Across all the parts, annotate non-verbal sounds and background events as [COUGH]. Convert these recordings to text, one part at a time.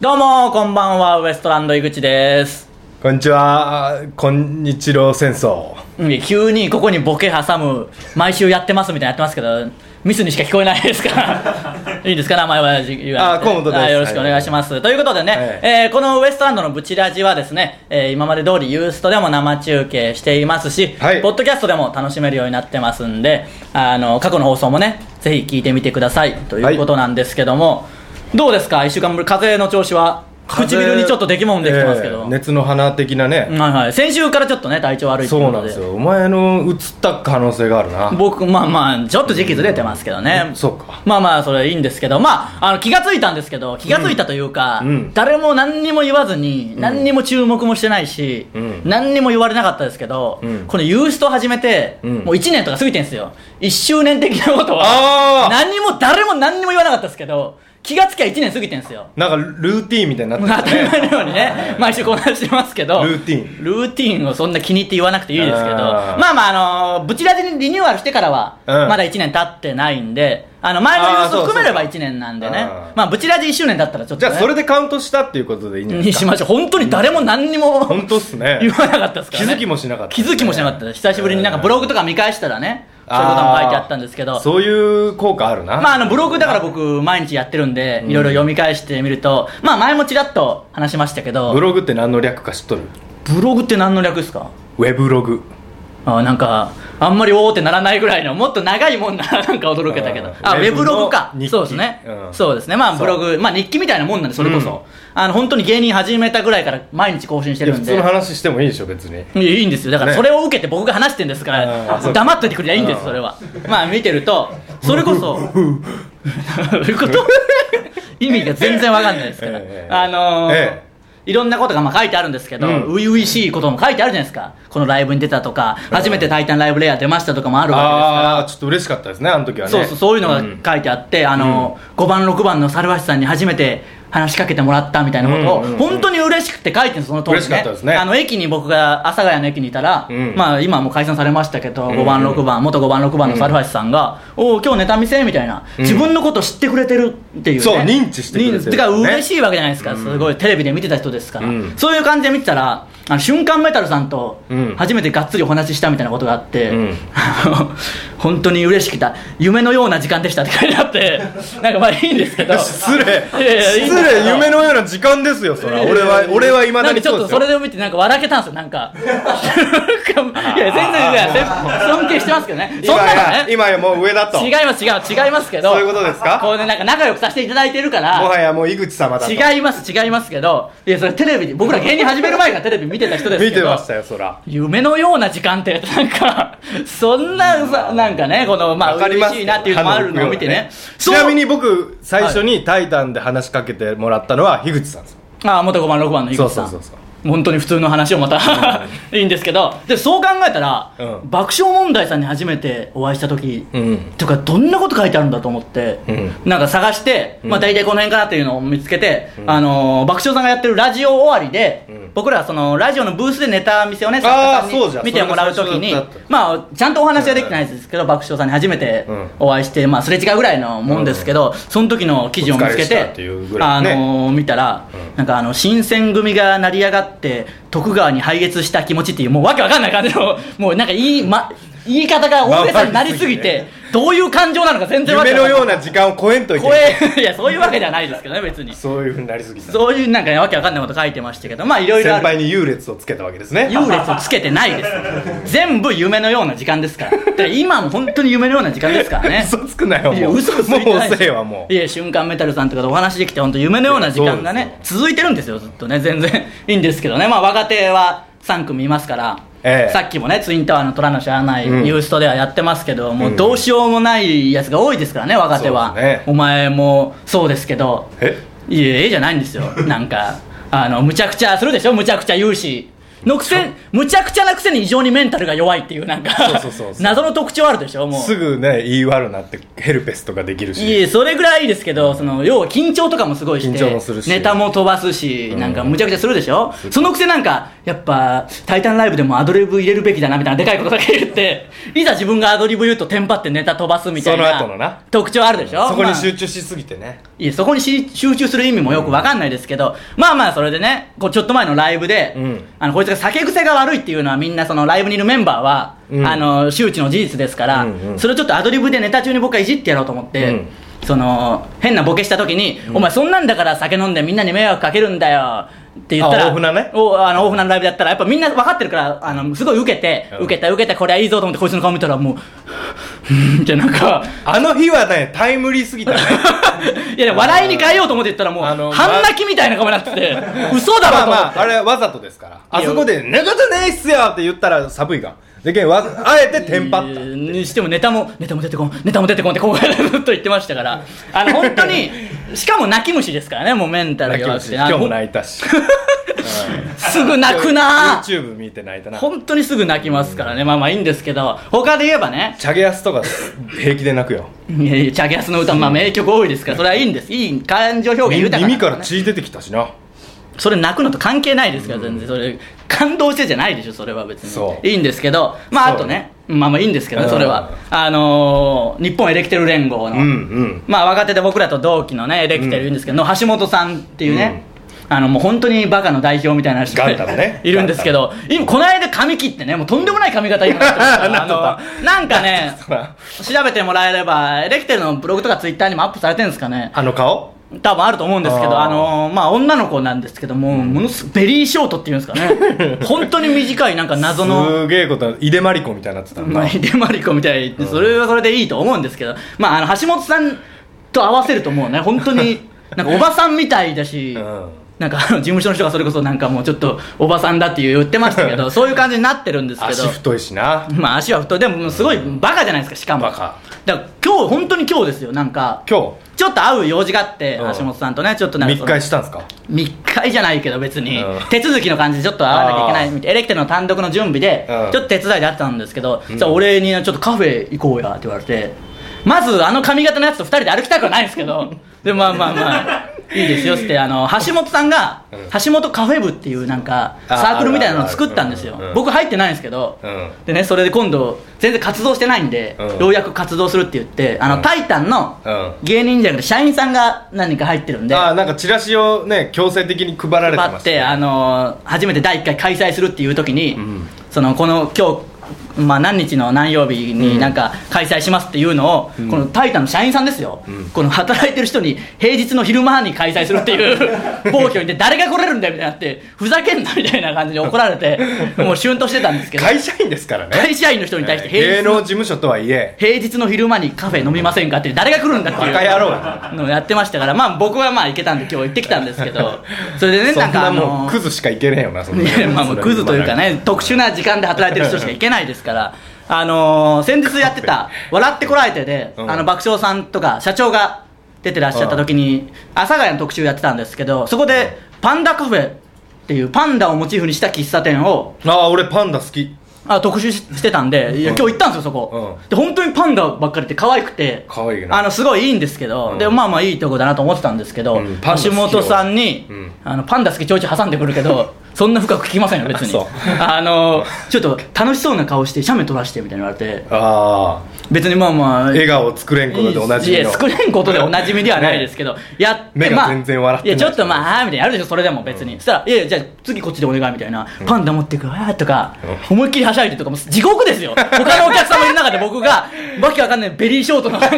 どうも、こんばんは、ウエストランド井口です。こんにちは、こんにちは戦争。うん急にここにボケ挟む、毎週やってますみたいなやってますけど、ミスにしか聞こえないです [LAUGHS] から。いいですか、名前は言わなくてあ河本ですはいよろしくお願いします。ということでね、はいえーこのウエストランドのブチラジはですね、えー今まで通りユーストでも生中継していますし、はいポッドキャストでも楽しめるようになってますんで、あの、過去の放送もね、ぜひ聞いてみてください、ということなんですけども、どうですか、一週間ぶり、風邪の調子は、唇にちょっとできもんできてますけど。えー熱の花的なね。はいはい、先週からちょっとね体調悪いってそこうなとんですよ。お前の映った可能性があるな。僕まあまあちょっと時期ずれてますけどね、うんそうかまあまあそれいいんですけどまああの気がついたんですけど気がついたというか、うん誰も何にも言わずに、何にも注目もしてないし、うん何にも言われなかったですけど、うんこのユースト始めて、うんもう1年とか過ぎてんですよ1周年的なことあはー何も誰も何にも言わなかったですけど気がつきゃ1年過ぎてんですよなんかルーティーンみたい [LAUGHS] になって当たたり前ね。のようにね、毎週こなしてますけど、ルーティン。ルーティンをそんな気に入って言わなくていいですけど、あーまあまあ、あのー、ブチラジにリニューアルしてからは、うんまだ1年経ってないんで、あの、前の様あー子そうをそう含めれば1年なんでねあ、ーまあ、ブチラジ1周年だったらちょっと、じゃね、あそれでカウントしたっていうことでいいんじゃなにいですしか。ましょう。本当に誰も何にも、本当っすね。言わなかったですか気ら、ね。づきもしなかった。気づきもしなかったです。久しぶりになんかブログとか見返したらね、そあー。ういうことも書いてあったんですけど、そういう効果あるな。まあ、あのブログだから僕毎日やってるんで、いろいろ読み返してみると、まあ前もちらっと話しましたけどブログって何の略か知っとるブログって何の略ですかウェブログ。あなんかあんまりおおってならないぐらいのもっと長いもんな [LAUGHS] らなんか驚けたけどうんあウウェェブブロのグか日記そうですね、うんそうですねまあそブうログまあ日記みたいなもんなんでそれこそ、うんあの本当に芸人始めたぐらいから毎日更新していやる普ん通ので話してもいいでしょ、別に。いやいいんですよだからねそれを受けて僕が話してるんですから、うんそう黙っといてくれりゃいいんですうんそれはまあ見てるとそれこ [LAUGHS] そどういうこと意味が全然わかんないですから、ええあのーええいろんなことがまあ書いてあるんですけど、う初ん々、しいことも書いてあるじゃないですか、このライブに出たとか、初めて「タイタンライブレア」出ましたとかもあるわああー、ちょっと嬉しかったですね、あの時けはでね。すから、そうそうそういうのが書いてあって、あの5番、6番の猿橋さんに初めて話しかけてもらったみたいなことを、うんうんうん本当に嬉しくて書いてるんです、その当時、ね、嬉しかったですねあの駅に僕が、阿佐ヶ谷の駅にいたら、うんまあ、今はもう解散されましたけど、ん5番、6番、元5番、6番の猿橋さんが、おお、今日ネタ見せみたいな、自分のこと知ってくれてるっていう、ね、そう認知してくれてる認知てか、ね嬉しいわけじゃないですか、すごい、テレビで見てた人ですから、うんそういう感じで見てたら、あの瞬間メタルさんとうん初めてがっつりお話ししたみたいなことがあって、うん [LAUGHS] 本当に嬉しくて、夢のような時間でしたって書いてあ [LAUGHS] って、なんかまあいいんですけど、失礼いやいやいいん失だけど礼夢のような時間ですよそれは俺は俺はいまだになんかちそょっうとですそよれで見てなんか笑けたんですよなんかいや全然いや全尊敬してますけどねそん今なのやね今やもう上だと違います違う違いますけどそういうことですかこうねなんか仲良くさせていただいてるかもらはやもう井口様だと違います違いますけどいやそれテレビで僕ら芸人始める前からテレビ見てた人ですけど見てましたよそら夢のような時間ってなんかそんなさなんかねこのまあわかり嬉ますしいなっていうのもあるのを見てねちなみに僕最初に「タイタン」で話しかけてもらったのは樋口さんですああ元5番6番の井口さんそうそうそう本当に普通の話をまた [LAUGHS] いいんですけどでそう考えたら、うん爆笑問題さんに初めてお会いした時、うんとかどんなこと書いてあるんだと思って、うなんか探して、まあ、大体この辺かなっていうのを見つけて、あのー爆笑さんがやってるラジオ終わりで、ん僕らはそのラジオのブースでネタ見せをね作あー家さんそうじゃに見てもらう時にそれが最初だったまあちゃんとお話はできてないですけど、爆笑さんに初めてうんお会いして、まあ、すれ違うぐらいのもんですけど、その時の記事を見つけお疲れてしたっていうぐらあいのねーを見たら、なんかあの新選組が成り上がって徳川に敗月した気持ちっていうもうわけわかんない感じのもうなんか言い,、ま、言い方が大げさになりすぎてどういう感情なのか全然わけ夢わかのんないような時間を超えんとい怖けえいやそういうわけではないですけどね別にそういうふうになりすぎたそういうなんかねわけわかんないこと書いてましたけどまあいろいろあ先る輩に優劣をつけたわけですね優劣をつけてないです全部夢のような時間ですからだ [LAUGHS] から今も本当に夢のような時間ですからね嘘つくなよいやもう嘘ついてないもう遅えわもういや瞬間メタルさんとかとお話できて本当夢のような時間がね続いてるんですよずっとね全然いいんですけどねまあ若手は3組いますから、ええさっきもねツインタワーの虎の知らないうんユーストではやってますけど、もううんどうしようもないやつが多いですからね若手は、そうですねお前もそうですけどえいやええじゃないんですよなんかあのむちゃくちゃするでしょむちゃくちゃ言うしのくせむちゃくちゃなくせに異常にメンタルが弱いっていうなんかそうそうそうそう [LAUGHS] 謎の特徴あるでしょもうすぐね言い悪なってヘルペスとかできるしいえそれぐらいですけどその要は緊張とかもすごいして緊張もするしネタも飛ばすしなんかむちゃくちゃするでしょ、そのくせなんかやっぱ「タイタンライブ」でもアドリブ入れるべきだなみたいなでかいことだけ言っていざ自分がアドリブ言うとテンパってネタ飛ばすみたいなその後のな特徴あるでしょそこまにあ集中しすぎてねいやそこにし集中する意味もよくわかんないですけど、まあまあそれでねこうちょっと前のライブで、うんあのこいつが酒癖が悪いっていうのはみんなそのライブにいるメンバーは、うんあの周知の事実ですから、うんうんそれをちょっとアドリブでネタ中に僕はいじってやろうと思って、うんその変なボケした時に、お前そんなんだから酒飲んでみんなに迷惑かけるんだよ」って言ったらあ大船ねおあの大船のライブだったらやっぱみんな分かってるからあのすごい受けて、うん受けた受けたこれはいいぞと思ってこいつの顔見たらもう「 [LAUGHS] じゃなんか。あの日はねタイムリーすぎたね [LAUGHS] いやいや笑いに変えようと思って言ったらもうあの半泣きみたいな顔になって [LAUGHS] て嘘だろまあと思っまて、ああれはわざとですからあそこで「寝言ねえっすよ!」って言ったら寒いがでけんわあえてテンパったにしてもネタもネタも出てこんネタも出てこんってこうからずっと言ってました [LAUGHS] からあの本当にしかも泣き虫ですからねもうメンタル泣き弱まくして今日もあ泣いたしのすぐ泣く [LAUGHS] な YouTube 見て泣いたな本当にすぐ泣きますからねまあまあいいんですけど他で言えばねチャゲアスとか平気で泣くよいやいやチャゲアスの歌まあ名曲多いですからそれはいいんですいい感情表現豊かな耳から血出てきたしなそれ泣くのと関係ないですから全然それ感動してじゃないでしょそれは別にそういいんですけどまああとねまあまあいいんですけどねそれはあのー日本エレキテル連合うのんうんまあ若手で僕らと同期のねエレキテルいるんですけどの橋本さんっていうねあのもう本当にバカの代表みたいな人ガンタムねいるんですけど今この間髪切ってねもうとんでもない髪型今 [LAUGHS] なってますからなっとったあのなんかね調べてもらえればエレキテルのブログとかツイッターにもアップされてるんですかねあの顔多分あると思うんですけどああーのーまあ女の子なんですけども、ものすベリーショートっていうんですか [LAUGHS] ね本当に短いなんか謎のすげえこと井出まり子みたいになってたんまだあ秀マリコみたいにそれはそれでいいと思うんですけど、まああの橋本さんと合わせるともうね本当になんかおばさんみたいだし、うんなんかあの事務所の人がそれこそなんかもうちょっとおばさんだって言ってましたけ [LAUGHS] どそういう感じになってるんですけど足太いしなまあ足は太いでもすごいバカじゃないですかしかもバカだから今日本当に今日ですよなんか今ちょっと会う用事があって、うん橋本さんとねちょっと日なんかそ密の会したんすか密会じゃないけど別に、うん手続きの感じでちょっと会わなきゃいけないみたいエレキテルの単独の準備で、うんちょっと手伝いで会ったんですけど、じゃあ俺にちょっとカフェ行こうやって言われてまずあの髪型のやつと2人で歩きたくはないんですけ [LAUGHS] どでまあまあまあいいですよっつってあの橋本さんが、うん橋本カフェ部っていうなんかあサークルみたいなのを作ったんですよ、あるあるあるうん僕入ってないんですけど、うんでねそれで今度全然活動してないんで、うんようやく活動するって言ってあの、うんタイタンのうん芸人じゃなくて社員さんが何人か入ってるんで、ああなんかチラシをね強制的に配られて配まっ、してたあのー初めて第1回開催するっていう時に、んそのこの今日、まあ、何日の何曜日になんか開催しますっていうのを、このタイタンの社員さんですよ、この働いてる人に平日の昼間に開催するって [LAUGHS] いう暴挙にで誰が来れるんだよみたいになってふざけんなみたいな感じで怒られ [LAUGHS] てもうシュンとしてたんですけど会社員ですからね会社員の人に対して平芸日の能事務所とはいえ平日の昼間にカフェ飲みませんかって誰が来るんだっていうバカ野郎だのをやってましたからまあ僕はまあ行けたんで今日行ってきたんですけどそれでね [LAUGHS] そなんんかあなのもうクズしかいけねえよなそんないやまあもうクズというかね特殊な時間で働いてる人しかいけないですからあのー先日やって [LAUGHS] た「笑ってこらえてで」うんあの爆笑さんとか社長が出てらっしゃった時に阿佐ヶ谷の特集やってたんですけどそこでパンダカフェっていうパンダをモチーフにした喫茶店をああ俺パンダ好きあ特集ししてたんでいやうん今日行ったんですよそこ、うんで本当にパンダばっかりって可愛くて可愛いなあのすごいいいんですけど、うんでまあまあいいとこだなと思ってたんですけど、うんパンダ好き橋よ本さんに、うんあのパンダ好きちょいちょい挟んでくるけどそんな深く聞きませんよ別にそうあのちょっと楽しそうな顔して写メ撮らせてみたいに言われてああ別にまあまあ笑顔作れんことでおなじみいのや作れんことでおなじみではないですけど、やって目がまあ全然笑ってないいやちょっとまああーみたいなやるでしょそれでも別に、そしたら「いやいやじゃあ次こっちでお願い」みたいな「パンダ持ってくわ」とか、思いっきりはしゃいでとかもう地獄ですよ他のお客様いる中で僕 [LAUGHS] がわけわかんないベリーショートの [LAUGHS] なんか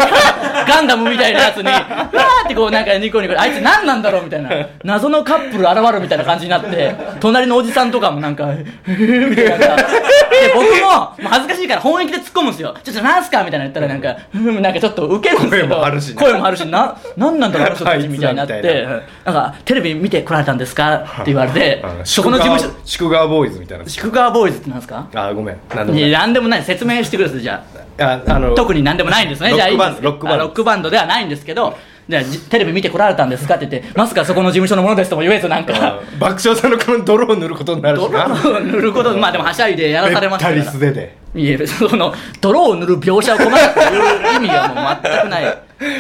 ガンダムみたいなやつに「わー」ってこうなんかニコニコあいつ何なんだろうみたいな謎のカップル現るみたいな感じになって隣のおじさんとかもなんか「みたいななんかで僕ももう恥ずかしいから本気で突っ込むんですよちょっとなんすかみたいなの言ったらなんかうんなんかちょっとウケるんですけど声もあるしね声もあるしななんなんだろうあの人たちみたいになっあいつらてみたいなんかテレビ見て来られたんですかって言われてうんそこの事務所祝賀ボーイズみたいな宿川ボーイズってなんですかああごめん何でもいなやいなんでもない説明してくださいじゃあああの特になんでもないんですねじゃあいいんですロックバンドあロックバンドではないんですけどじゃあじテレビ見て来られたんですかって言ってまさかそこの事務所のものですとも言えずなんかうん爆笑さんの顔に泥を塗ることになるし泥なを塗ることまあでもはしゃいでやらされましたかべったらり素手でいやその泥を塗る描写を細かく言う意味はもう全くない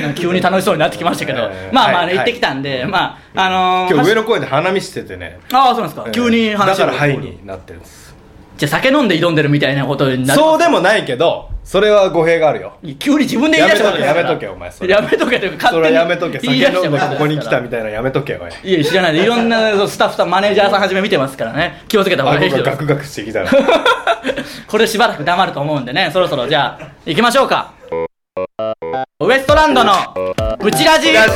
なんか急に楽しそうになってきましたけどえーまあまあはねい行ってきたんでまああのー今日上の公園で花見しててねああそうなんですか急に話だがからハイになってるんですじゃあ酒飲んで挑んでるみたいなことになるそうでもないけどそれは語弊があるよ急に自分で言い出したことですからやめとけやめとけお前それやめとけというかそ勝手れはにやめとけ言酒い出し飲んでたここに来たことですみたいなやめとけおいからいや知らないでいろんなそうスタッフさんマネージャーさんはじめ見てますからね気をつけた方がいいです顎がよガクガクしてきた [LAUGHS] らこれしばらく黙ると思うんでねそろそろじゃあ行きましょうかウエストランドのブチラジラジ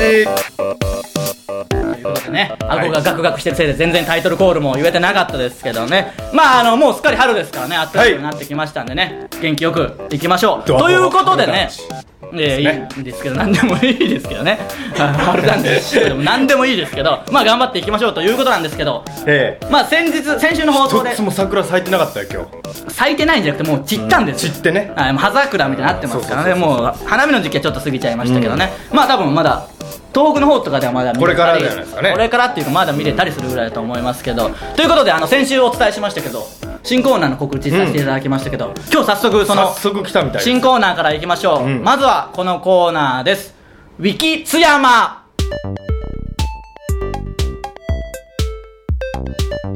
ね、顎がガクガクしてるせいで全然タイトルコールも言えてなかったですけどねまああのもうすっかり春ですからね暖かくなってきましたんでね、元気よくいきましょうドアということでねいやいねいんですけど何でもいいですけど [LAUGHS] ねあの春なんですけども何でもいいですけどまあ頑張っていきましょうということなんですけどええまあ先日先週の放送一でつも桜咲いてなかったよ今咲いてないんじゃなくてもう散ったんです日散ってねはい、もう葉桜みたいになってますからねそうそうもう花見の時期はちょっと過ぎちゃいましたけどね、まあ多分まだ東北の方とかではまだ見れたりこれからじゃないですかねこれからっていうかまだ見れたりするぐらいだと思いますけどということであの先週お伝えしましたけど新コーナーの告知させていただきましたけど、今日早速その早速来たみたいです新コーナーからいきましょう、うんまずはこのコーナーですウィキ津山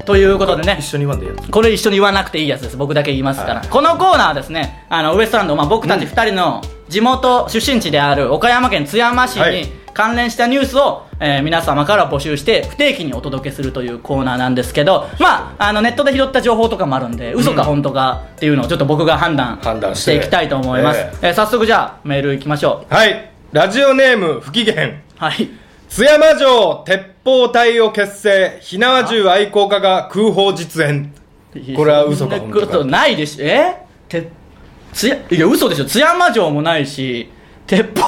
ということでね一緒に言わんでいいやこれ一緒に言わなくていいやつです僕だけ言いますから、はいこのコーナーはですねあのウエストランド、まあ、僕たち2人の地元出身地である岡山県津山市はいに関連したニュースを、えー皆様から募集して不定期にお届けするというコーナーなんですけど、まあ、あのネットで拾った情報とかもあるんで嘘か本当かっていうのをちょっと僕が判断判断ししてていきたいと思います、ええー早速じゃあメールいきましょはいラジオネーム不機嫌うはい津山城鉄砲隊を結成火縄銃愛好家が空砲実演これは嘘かそ本んなこ当とかないでしょえてつやいや嘘でしょ津山城もないし鉄砲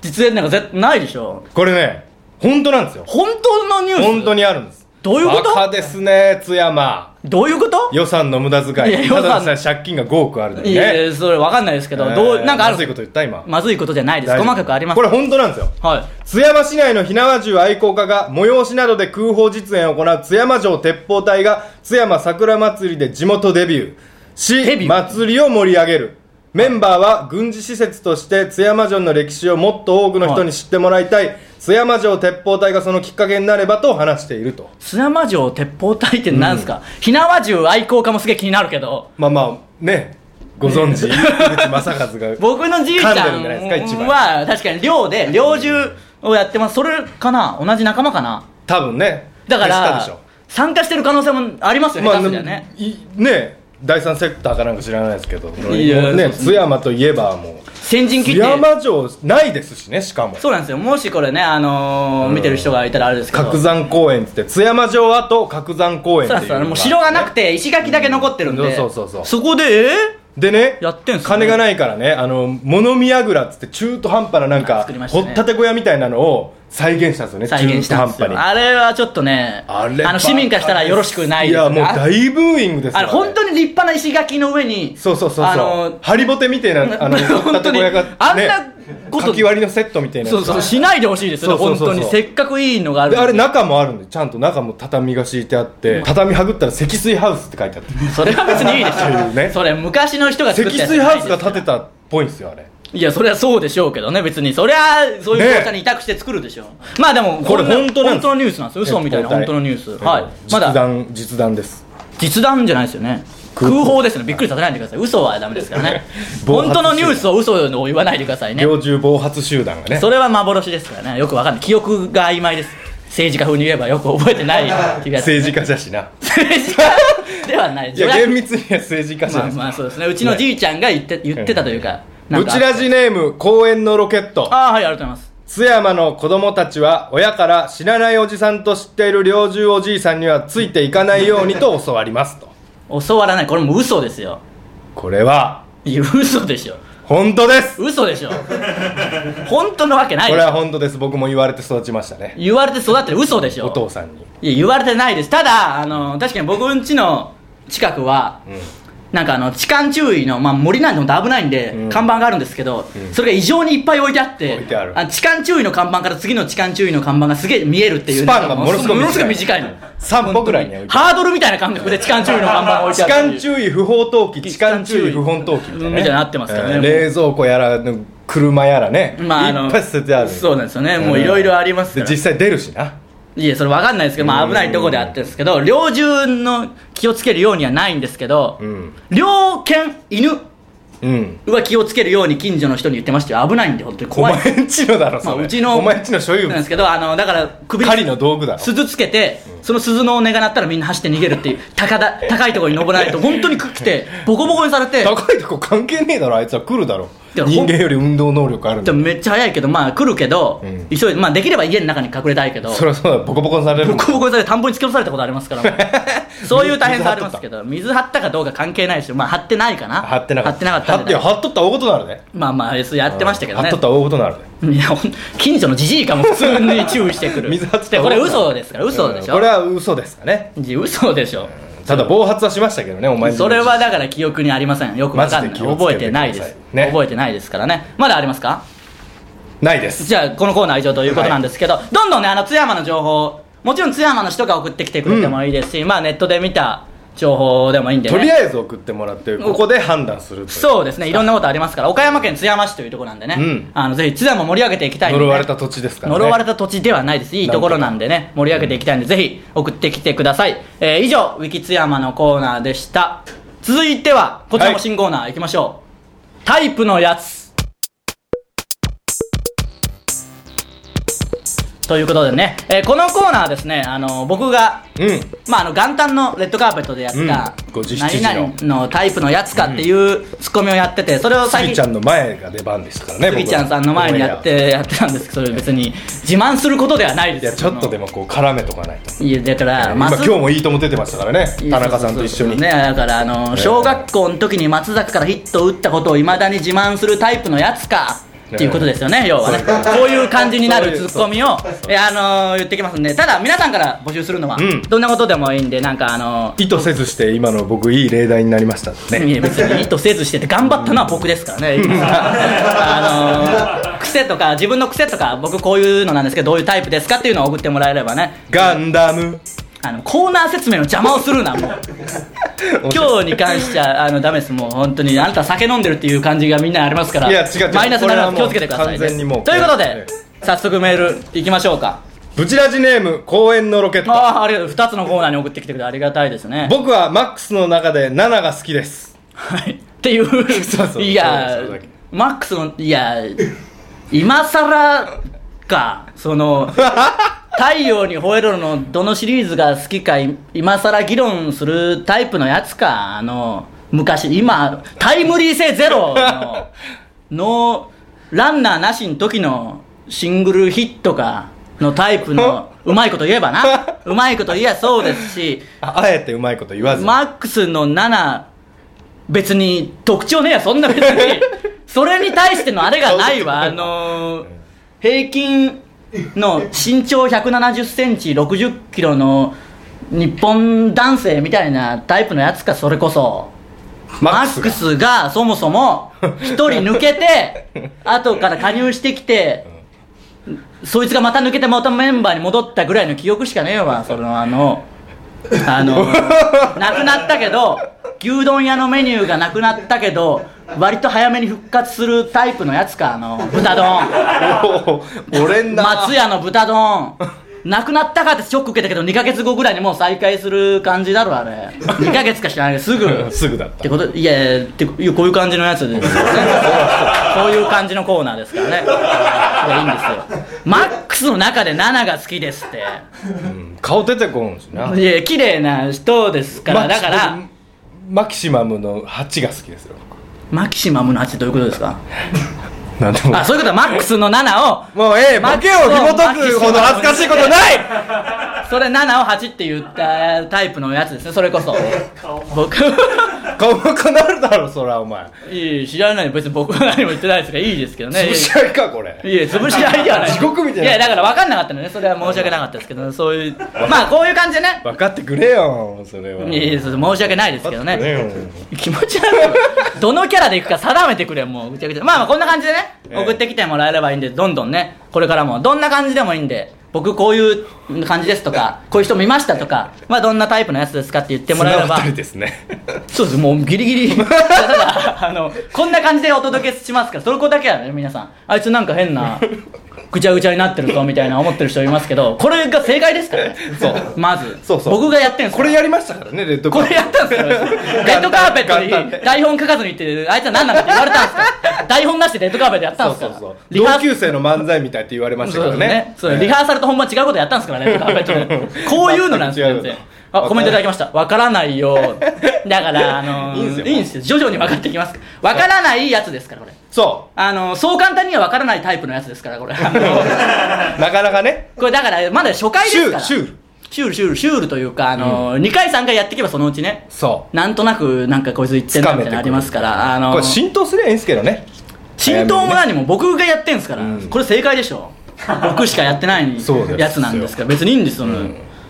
実演なんか絶ないでしょこれね本当なんですよ本当のニュース本当にあるんですどういうことバカですね津山どういうこと予算の無駄遣いやい予算ただでさえ借金が5億あるのにいやいねやそれわかんないですけど、えーどうなんかあるまずいこと言った今まずいことじゃないです大丈細夫かくありますこれ本当なんですよは津山市内の火縄銃愛好家が催しなどで空砲実演を行う津山城鉄砲隊が津山桜祭りで地元デビューデビュしー祭りを盛り上げるメンバーは軍事施設として津山城の歴史をもっと多くの人に知ってもらいたい、津山城鉄砲隊がそのきっかけになればと話しているとい津山城鉄砲隊ってなんですか、火縄銃愛好家もすげえ気になるけどまあまあねご存 [LAUGHS] 知井口正和が僕のじいちゃん噛んでるんじゃないですか一番は確かに寮で猟銃をやってますそれかな同じ仲間かな多分ねだか消したらでしょ参加してる可能性もありますよね、下手すりゃねいね第三セクターかなんか知らないですけどいやそうねそう津山といえばもう先陣切津って山城ないですしねしかもそうなんですよもしこれね、あのーうん見てる人がいたらあれですけど角山公園っつって津山城跡角山公園そうっでてすいそううですもう城がなくて石垣だけ残ってるんで、うんそうそうそうそこでえでねやってんすね金がないからねあの物見櫓っつって中途半端ななんあか作りました掘ねったて小屋みたいなのを再現したんですよね再現したんです中途よ半端にあれはちょっとねあの市民からしたらよろしくないいですやよもう大ブーイングですよあれ本当に立派な石垣の上にそうそうそうそう、あのーハリボテみたい [LAUGHS] なあの本当に掘ったてあん小屋ながねことかき割りのセットみたいなやつそうそうしないでほしいですよねそう本そうそ当うそうにせっかくいいのがあるんでであれ中もあるんでちゃんと中も畳が敷いてあって畳はぐったら積水ハウスって書い [LAUGHS] てあってそれは別にいい [LAUGHS] でそういうしょねそれ昔の人が作っ積たやつじ水ゃないハでウすスよが建てたっぽいんですよあれいやそれはそうでしょうけどね別にそりゃそういうね会社に委託して作るでしょう、まあでもこれんな本当なんで本す当のニュースなんですよ嘘みたいな本当のニュースはいま実だ弾実弾です実弾じゃないですよね空空砲砲ですねびっくりさせないでください嘘はダメですからね暴発 [LAUGHS] 本当のニュースを嘘を言わないでくださいね猟銃暴発集団がねそれは幻ですからねよくわかんない記憶が曖昧です政治家風に言えばよく覚えてないっていうやつ政治家じゃしな政治家ではないいや厳密には政治家じまゃあないまあそうですねうちのじいちゃんが言って言ってたというかなんブかチラジネーム公園のロケットああはいありがとうございます津山の子供たちは親から知らないおじさんと知っている猟銃おじいさんにはついていかないようにと教わりますと教わらないこれもう嘘ですよこれはいや嘘でしょ本当です嘘でし [LAUGHS] ょ本当のわけないこでれしはょ本当です僕も言われて育ちましたね言われて育ってる嘘でしおょ父さんにいや言われてないですただあの確かに僕ん家の近くは、なんかあの痴漢注意の、まあ、森なんでも危ないんで、うん看板があるんですけど、んそれが異常にいっぱい置いてあって置いてあるの痴漢注意の看板から次の痴漢注意の看板がすげえ見えるっていうスパンがものすごく短いものすごく短いの散歩ぐらいに置いてあハードルみたいな感覚で痴漢注意の看板が置いて痴あるっていう漢注意不法投棄痴漢注意不法投棄みたいな,、みたいになってますからねえー冷蔵庫やらの車やらね、まああのいっぱい捨ててあるそうなんですよねもういろいろありますからで実際出るしないえそれ分かんないですけど、まあ、危ないとこであってですけど猟銃の気をつけるようにはないんですけど、うん猟犬犬うんは気をつけるように近所の人に言ってましたよ危ないんで本当にお怖い前んちのだろまあ、それ、うちのお前んちの所なん有で物すけどあのだから首に狩りの道具だろ鈴つけてその鈴の音が鳴ったらみんな走って逃げるっていう高 [LAUGHS] だ高いところに登らないと本当にくっきてボコボコにされて高いとこ関係ねえだろあいつは来るだろいや人ほん間より運動能力あるんでだもめっちゃ早いけどまあ来るけど、ん急いで、まあ、できれば家の中に隠れたいけどそりゃそうだボコボコにされるボもんコボコにされて田んぼに突き落とされたことありますからも [LAUGHS] うそういう大変さありますけど水張ったかどうか関係ないしまあ張ってないかな張ってなかったたん張ってじゃない張っとったら大事なるでまあまあそれやってましたけどね張っとったら大事なるでいやほん近所のじじいかも普通に注意してくる水張ってたでらこ大れ事なる嘘ですから嘘でしょ、うんこれは嘘ですかねいや嘘でしょただ暴発はしましたけどねお前んちのそれはだから記憶にありませんよくわかんマないジで気をつ覚けてえてないでくだすさいね覚えてないですからねまだありますかないですじゃあこのコーナー以上ということなんですけど、どんどんねあの津山の情報もちろん津山の人が送ってきてくれてもいいですし、まあネットで見た情報でもいいんでねとりあえず送ってもらってここで判断するというそうですねいろんなことありますから岡山県津山市というところなんでね、うんあのぜひ津山盛り上げていきたいんでね呪われた土地ですからね呪われた土地ではないですいいところなんでね盛り上げていきたいんで、ぜひ送ってきてください、えー以上ウィキ津山のコーナーでした続いてはこちらも新コーナーいきましょう、タイプのやつということでね、えーこのコーナーはですねあの僕がうんまあ、あの元旦のレッドカーペットでやった、うん57何々のタイプのやつかっていうツッコミをやっててそれをス最ギちゃ近んの前が出番ですからねスギちゃんさんの前にやってやってたんですけどそれ別に自慢することではないいやですちょっとでももこう絡めとかないといやだから今今松日もいいとも出てましたからねいや田中さんと一緒そうそうそうにねだからあの小学校の時に松坂からヒットを打ったことをいまだに自慢するタイプのやつかっていうことですよね、要はね、こういう感じになるツッコミを、えあの言ってきますんで、ただ、皆さんから募集するのは、うんどんなことでもいいんで、なんか、あ [LAUGHS] の意図せずして今の僕いい例題になりましたねいや別に意図せずしてて頑張ったのは僕ですからね、あのー癖とか自分の癖とか僕こういうのなんですけどどういうタイプですかっていうのを送ってもらえればねガンダムあのコーナー説明の邪魔をするなもう今日に関してはあのダメですもう本当にあなた酒飲んでるっていう感じがみんなありますからいや違う違うマイナスになるのでこれはも気うをつけてくださいね完全にもうということでえ早速メールいきましょうかブチラジネーム公園のロケットああありがとう2つのコーナーに送ってきてくれてありがたいですね僕はマックスの中で7が好きですはいっていうそうそういやそうそうだけマックスのいや今更かその太陽に吠えろのどのシリーズが好きかい今更議論するタイプのやつかあの昔今タイムリー性ゼロ [LAUGHS] のノーランナーなしの時のシングルヒットかのタイプ [LAUGHS] のうまいこと言えばなうまいこと言えばそうですしああえてうまいこと言わずマックスの7別に特徴ねえやそんな別 [LAUGHS] にそれに対してのあれがないわあのー平均の身長1 7 0ンチ6 0キロの日本男性みたいなタイプのやつかそれこそママックスックスがそもそも1人抜け [LAUGHS] て後から加入してきてそいつがまた抜けてまたメンバーに戻ったぐらいの記憶しかねえわそのあのあ [LAUGHS] のなくなったけど牛丼屋のメニューがなくなったけど割と早めに復活するタイプのやつかあの豚丼おー俺んな松屋の豚丼なくなったかってショック受けたけど2ヶ月後ぐらいにもう再開する感じだろあれ2ヶ月か知らないけどすぐ [LAUGHS] うんすぐだっったてこといやいやっていうこういう感じのやつです [LAUGHS] よねそういう感じのコーナーですからねいやいいんですよマックスの中で7が好きですってうん顔出てこんしないや綺麗な人ですからマックだスから僕マキシマムの8が好きですよマキシマムの8ってどういうことですかなんでもあそういうことはマックスの7を [LAUGHS] もうええマッボクケスを紐解くほど恥ずかしいことないそれ7を8って言ったタイプのやつですねそれこそ僕 [LAUGHS] 顔もこなるだろそらお前いい知らない別に僕は何も言ってないですからいいですけどね [LAUGHS] 潰し合いかこれいや、潰し合いではない。 [LAUGHS] 地獄みたいなや、だから分かんなかったのね。それは申し訳なかったですけど、そういう。 [LAUGHS] まあ、こういう感じでね。分かってくれよそれはいやいやそう申し訳ないですけど分かってね。くれよ気持ち悪い。どのキャラでいくか定めてくれ、もう。ぐちゃぐちゃ。まあまあ、こんな感じでえね、え送ってきてもらえればいいんで、どんどんね、これからも、どんな感じでもいいんで、僕こういう感じですとか、こういう人見ましたとか、まあ、どんなタイプのやつですかって言ってもらえれば綱。渡りですねそうです、もうギリギリ。[LAUGHS] ただ、あの、こんな感じでお届けしますから、そこだけはね、皆さん。あいつなんか変な、ぐちゃぐちゃになってるとみたいな思ってる人いますけどこれが正解ですからねそうまずそうそう僕がやってんすこれやりましたからねレッドカこーペれッやったんですよレッドカーペットに台本書かずに行ってあいつは何なんだって言われたん [LAUGHS] ですから台本なしでレッドカーペットやったんトですからそうそうそうリハー同級生の漫才みたいって言われましたからそねうですねそうリハーサルと本番違うことやったんですからね、レッドカーペ [LAUGHS] ットでこういうのなんですよ、全全然然違うの。あ、コメントいただきました。わからないよ。だから、あのいいんすよいいんですよ。徐々に分かってきます。わからないやつですから、これ。そあのそう簡単にはわからないタイプのやつですから、こ [LAUGHS] れ。あのうなかなかねこれだから、まだ初回でシすューかルら。シュールシュール、シュール、シュールというか、あの2回、3回やっていけば、そのうちね。そうなんとなく、なんかこいつ言ってんなみたいなのありますから、あのこれ浸透すりゃいいんですけどね浸透も何も僕がやってんすから、うんこれ正解でしょ僕しかやってないそうですやつなんですから別にいいんですよ、い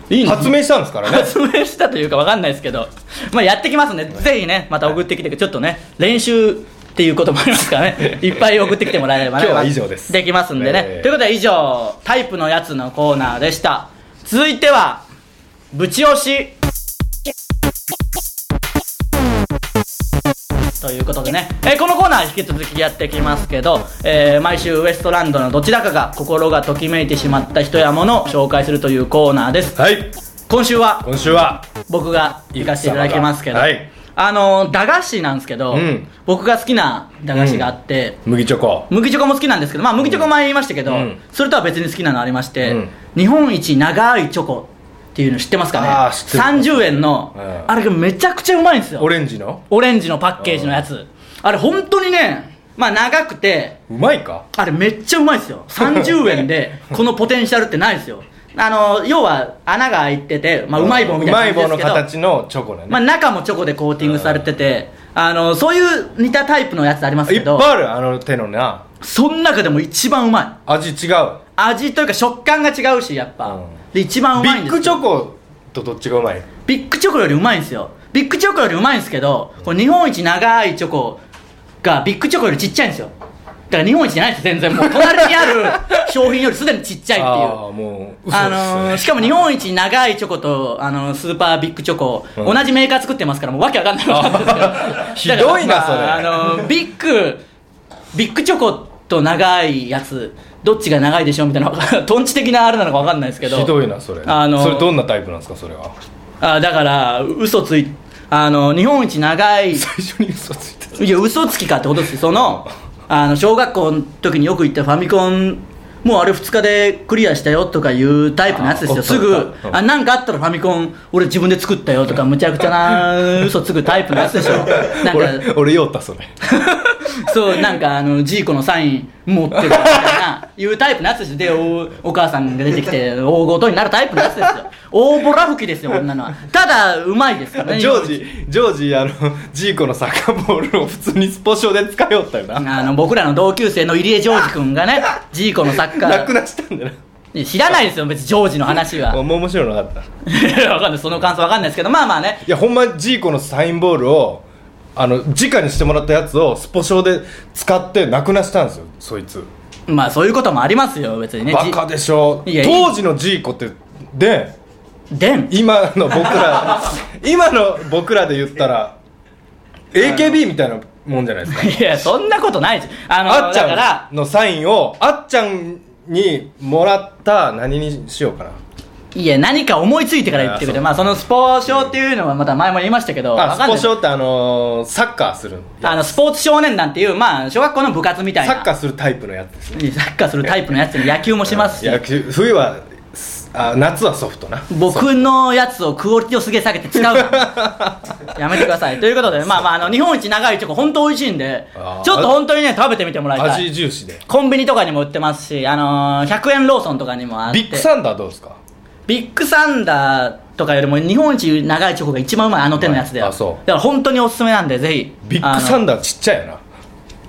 いんです発明したんですから [LAUGHS] ね発明したというかわかんないですけどまあやってきますんでぜひねまた送ってきてちょっとね練習っていうこともありますから [LAUGHS] ねいっぱい送ってきてもらえればね今日は以上ですできますんでね、えーということで以上タイプのやつのコーナーでした続いてはぶち押しということでね、えーこのコーナー引き続きやってきますけど、えー毎週ウエストランドのどちらかが心がときめいてしまった人やものを紹介するというコーナーですはい今週は今週は僕が行かせていただきますけど、はいあの駄菓子なんですけど、うん僕が好きな駄菓子があって、麦チョコ麦チョコも好きなんですけど、まあ、麦チョコ前言いましたけど、うんそれとは別に好きなのありまして、うん日本一長いチョコっていうの知ってますかねあー知って30円の、うんあれがめちゃくちゃうまいんですよオレンジのオレンジのパッケージのやつあれ本当にねまあ長くてうまいかあれめっちゃうまいですよ30円でこのポテンシャルってないですよあの要は穴が開いてて、まあ、うまい棒みたいな感じですけどうまい棒の形のチョコだね、まあ、中もチョコでコーティングされてて、あのそういう似たタイプのやつありますいけっぱどいあるあの手のなその中でも一番うまい味違う味というか食感が違うしやっぱ、うんで一番うビまいんッですグよチョコとどっちがうまいビッグチョコよりうまいんですよビッグチョコよりうまいんですけどこれ日本一長いチョコがビッグチョコよりちっちゃいんですよだから日本一じゃないです全然もう隣にある商品よりすでにちっちゃいっていうああもう嘘です、ね、あのーしかも日本一長いチョコと、あのースーパービッグチョコ、うん同じメーカー作ってますからもうわけわかんなかったんですけど [LAUGHS] ひどいなだからそれあのービッグビッグチョコと長いやつどっちが長いでしょうみたいな [LAUGHS] トンチ的なあれなのかわかんないですけどひどいなそれ、あのーそれどんなタイプなんですかそ [LAUGHS] れはあだから嘘ついあのー日本一長い最初に嘘ついていや嘘つきかってことですよそのあの小学校の時によく行ったファミコンもうあれ2日でクリアしたよとかいうタイプのやつですあよあったすあぐったあなんかあったらファミコン俺自分で作ったよとかむちゃくちゃな嘘つくタイプのやつで [LAUGHS] しょたなん俺か俺酔ったそれそうなんかあのジーコのサイン持ってるみたいないうタイプのやつですよでおお母さんが出てきて大ごとになるタイプのやつですよ大ボラ吹きですよこんなのはただうまいですからねジョージジョージあのジーコのサッカーボールを普通にスポ少で使いよったよなあの僕らの同級生の入江ジョージ君がねジーコのサッカーなくなしたんだよいや知らないですよ別にジョージの話なはもう面白いのなかったいいや [LAUGHS] わかんないその感想わかんないですけどまあまあねやほんまジーコのサインボールをあの直にしてもらったやつをスポ少で使ってなくなしたんですよそいつまあそういうこともありますよ別にねバカでしょいやいい当時のジーコってでじでん今の僕 [LAUGHS] ら今の僕らで言ったら AKB みたいなもんじゃないですかいやそんなことないじ [LAUGHS] ゃんあのあっちだからゃんのサインをあっちゃんにもらった何にしようかないや何か思いついてから言ってくあそれうまあそのスポー賞っていうのはまた前も言いましたけどわあかスんなポい少ってあのーサッカーするあのスポーツ少年団っていうまあ小学校の部活みたいサなッカーするタイプのやつですねいやサッカーするタイプのやつに野球もしますし野球冬はすあ夏はソフトな僕のやつをクオリティをすげえ下げて使う [LAUGHS] なやめてくださいということでまあまああの日本一長いチョコ本当美味しいんであーちょっと本当にね食べてみてもらいたい味重視でコンビニとかにも売ってますし、あのー、100円ローソンとかにもあってビッグサンダーどうですかビッグサンダーとかよりも日本一長いチョコが一番うまいあの手のやつだよあそうだから本当におすすめなんでぜひビッグサンダーダーちっちゃいよな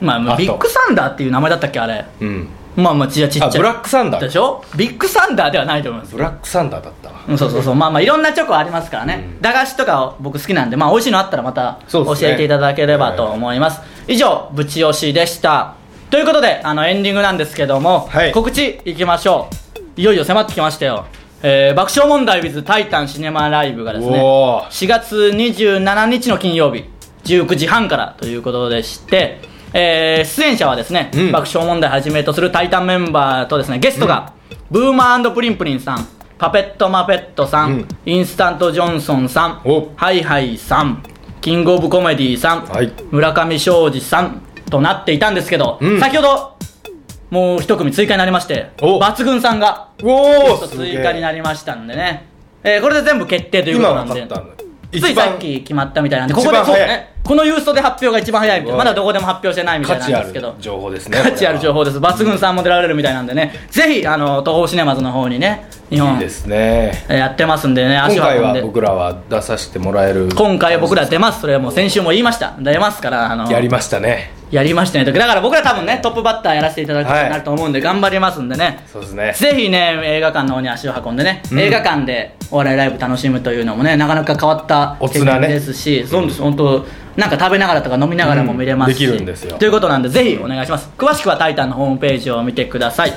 まあまああとビッグサンダーっていう名前だったっけあれうんまあまあちっちゃいちっちゃいあブラックサンダーでしょビッグサンダーではないと思いますブラックサンダーだったわうんそうそうそうまあまあいろんなチョコありますからね、駄菓子とか僕好きなんでまあ美味しいのあったらまたそう教ですねえていただければと思います以上ブチ押しでしたということであのエンディングなんですけども、はい告知いきましょういよいよ迫ってきましたよ、えー爆笑問題 with タイタンシネマライブがですねおー4月27日の金曜日19時半からということでしてえー出演者はですね、うん爆笑問題はじめとするタイタンメンバーとですねゲストが、ブーマープリンプリンさんパペットマペットさん、うんインスタントジョンソンさんおハイハイさんキングオブコメディさん、はい村上昌司さんとなっていたんですけど、うん先ほどもう一組追加になりましてお抜群さんがおお追加になりましたんでね、えーこれで全部決定というこ今となわんかでったのついさっき決まったみたいなんで、こ一こ番でそう早いね、この郵送で発表が一番早いみたいな、うまわだどこでも発表してないみた価いなん値あですけるど、情報ですね価値ある情報報です、抜群さんも出られるみたいなんでね、ぜひ、あの東宝シネマズの方にね、日本、ですねえーやってますんでね、今足を回運んはで、僕らは出させてもらえる今回僕ら出ます、それはもう先週も言いました、出ますから、あのやりましたねやりましたね、だから僕ら多分ね、トップバッターやらせていただくことになると思うんで、頑張りますんでね。そうですねぜひね映画館の方に足を運んでね、うん映画館でお笑いライブ楽しむというのもねなかなか変わったお経つな験ねですし、そうです本当なんか食べながらとか飲みながらも見れますし、うんできるんですよということなんでぜひお願いします詳しくは「タイタン」のホームページを見てください、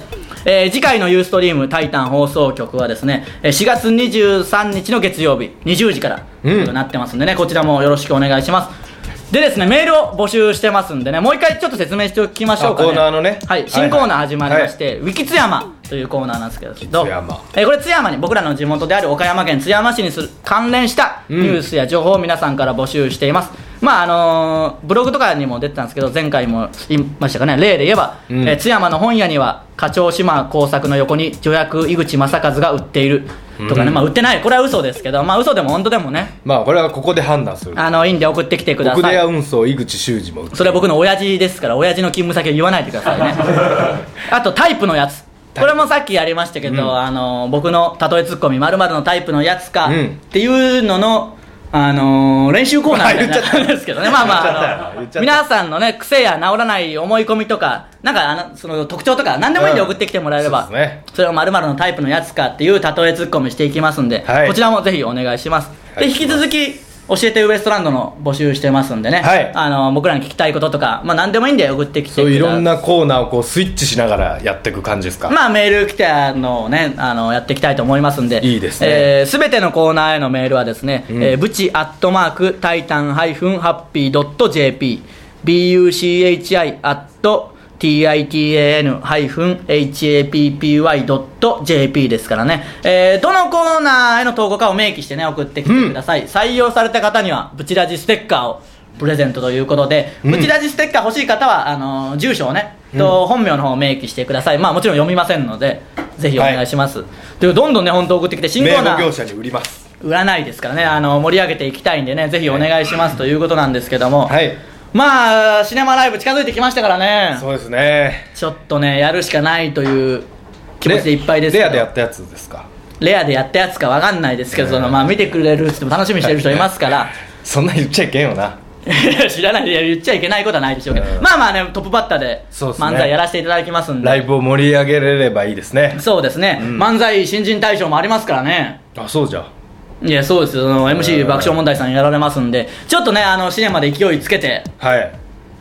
えー次回のユーストリームタイタン放送局はですねえー4月23日の月曜日20時からということになってますんでね、こちらもよろしくお願いしますでですねメールを募集してますんでねもう一回ちょっと説明しておきましょうか、ね、あコーナーのねはい、新コーナー始まりまして、ウィキ津山というコーナーなんですけど津山えーこれ津山に僕らの地元である岡山県津山市にする関連したニュースや情報を皆さんから募集しています、まああのーブログとかにも出てたんですけど前回も言いましたかね例で言えば、うんえー津山の本屋には課長島耕作の横に助役井口正和が売っているとかね、うんまあ売ってないこれは嘘ですけどまあ嘘でも本当でもねまあこれはここで判断するあのいいんで送ってきてくだ僕さでいや運送井口修二もそれは僕の親父ですから親父の勤務先を言わないでください [LAUGHS] ねあとタイプのやつこれもさっきやりましたけど、うんあの僕の例えツッコミまるのタイプのやつか、うんっていうののあの練習コーナーみ [LAUGHS] たいな感じですけどねまあまああ言のっちゃった皆さんのね癖や治らない思い込みとかなんかあのその特徴とか何でもいいんでうん送ってきてもらえれば、そうですねそれをまるのタイプのやつかっていう例えツッコミしていきますんで、はいこちらもぜひお願いします、はいで引き続き教えてウエストランドの募集してますんでねはいあの僕らに聞きたいこととか、まあ、何でもいいんで送ってきてくだそういういろんなコーナーをこうスイッチしながらやっていく感じですか、まあメール来たのをねあのやっていきたいと思いますんでいいですねえー、全てのコーナーへのメールはですね、んえー、ブチアットマークタイタンハイフンハッピードット JP buchi アット titan ハイフン happy ドット JP ですからね、えー、どのコーナーへの投稿かを明記してね送ってきてください、採用された方にはブチラジステッカーをプレゼントということで、うんブチラジステッカー欲しい方はあのー住所をねと本名の方を明記してください、まあもちろん読みませんのでぜひお願いします、というどんどんね本当送ってきて新コ名ーナ簿業ー者に売ります占いですからねあの盛り上げていきたいんでねぜひお願いします、ということなんですけども、はいまあシネマライブ近づいてきましたからねそうですねちょっとねやるしかないという気持ちでいっぱいですけレどアでやったやつですかレアでやったやつかわかんないですけど、そのまあ見てくれる人も楽しみにしてる人いますからそんな言っちゃいけんよな [LAUGHS] 知らないで言っちゃいけないことはないでしょうけど、うんまあまあねトップバッターでそうっすね漫才やらせていただきますんでライブを盛り上げれればいいですねそうですね、うん漫才新人大賞もありますからねあそうじゃいやそうですよそのう MC ん爆笑問題さんやられますんでちょっとねあのシネマで勢いつけてはい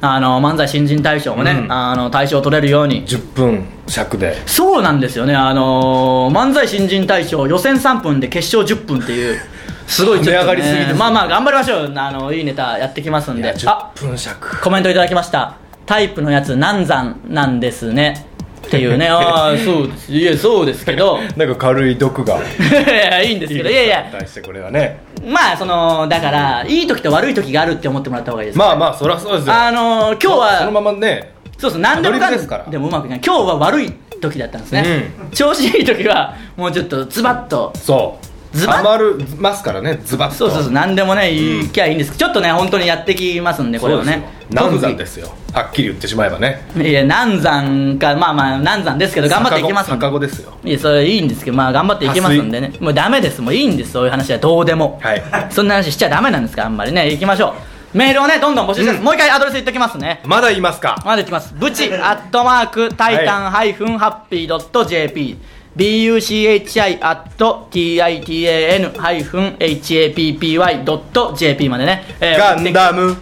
あの漫才新人大賞もね、うんあの大賞取れるように10分尺でそうなんですよねあのー漫才新人大賞予選3分で決勝10分っていうすごいちょっと、ね、跳ね上 [LAUGHS] がりすぎですまあまあ頑張りましょうあのいいネタやってきますんいやであ10分尺コメントいただきましたタイプのやつ難産なんですねっていう [LAUGHS] ねああそうですいやそうですけどなんか軽い毒がいやいやいいんですけどいやいや対してこれはねまあそのだからいい時と悪い時があるって思ってもらった方がいいです、まあまあそりゃそうですよあのー今日そのはままねそうそう何でもかアドんリブですからでもうまくいかない今日は悪い時だったんですね、調子いい時はもうちょっとズバッとそうズバッハマるますからねズバッとそうそうそう何でもね言いきゃいいんですけど、ちょっとね本当にやってきますんでこれをね難産ですよはっきり言ってしまえばね特技いや難産かまあまあ難産ですけど頑張っていきますんで逆子ですよいやそれいいんですけどまあ頑張っていきますんでねもうダメですもういいんですそういう話はどうでも、はいそんな話しちゃダメなんですからあんまりね行きましょうメールをねどんどん募集してます、うもう一回アドレス言っときますねまだ言いますかまだ行きますブ [LAUGHS] チアットマークタイタンハイフンハッピードット JP buchi アット titan ハイフン happy ドット JP までね、えーガンダム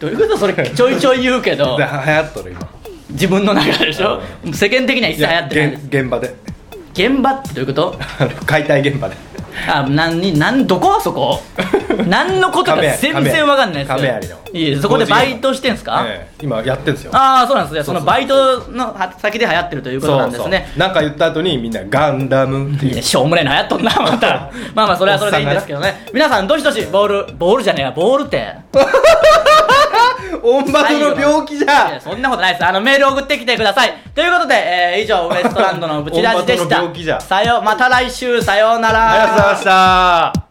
どういうことそれちょいちょい言うけ [LAUGHS] ど流行っとる今自分の中でしょ世間的には一切流行ってないです現現場で現場ってどういうことあの解体現場であ何何どこそ [LAUGHS] こ何のことか全然わかんないですよ亀有のいいそこでバイトしてんすか、ええ今やってるんですよああそうなんですねそそうのバイトの先で流行ってるということなんですねそうそうなんか言った後にみんなガンダムっていいうやしょうもねえなやっとんなま [LAUGHS] たまあまあそれはそれでいいんですけどね皆さんどしどしボールボールじゃねえやボールってオンバトの病気じいやゃそんなことないですあのメール送ってきてくださいということで、えー以上ウ [LAUGHS] エストランドのブチラジでし本場との病気じたゃさようまた来週さようならありがとうございました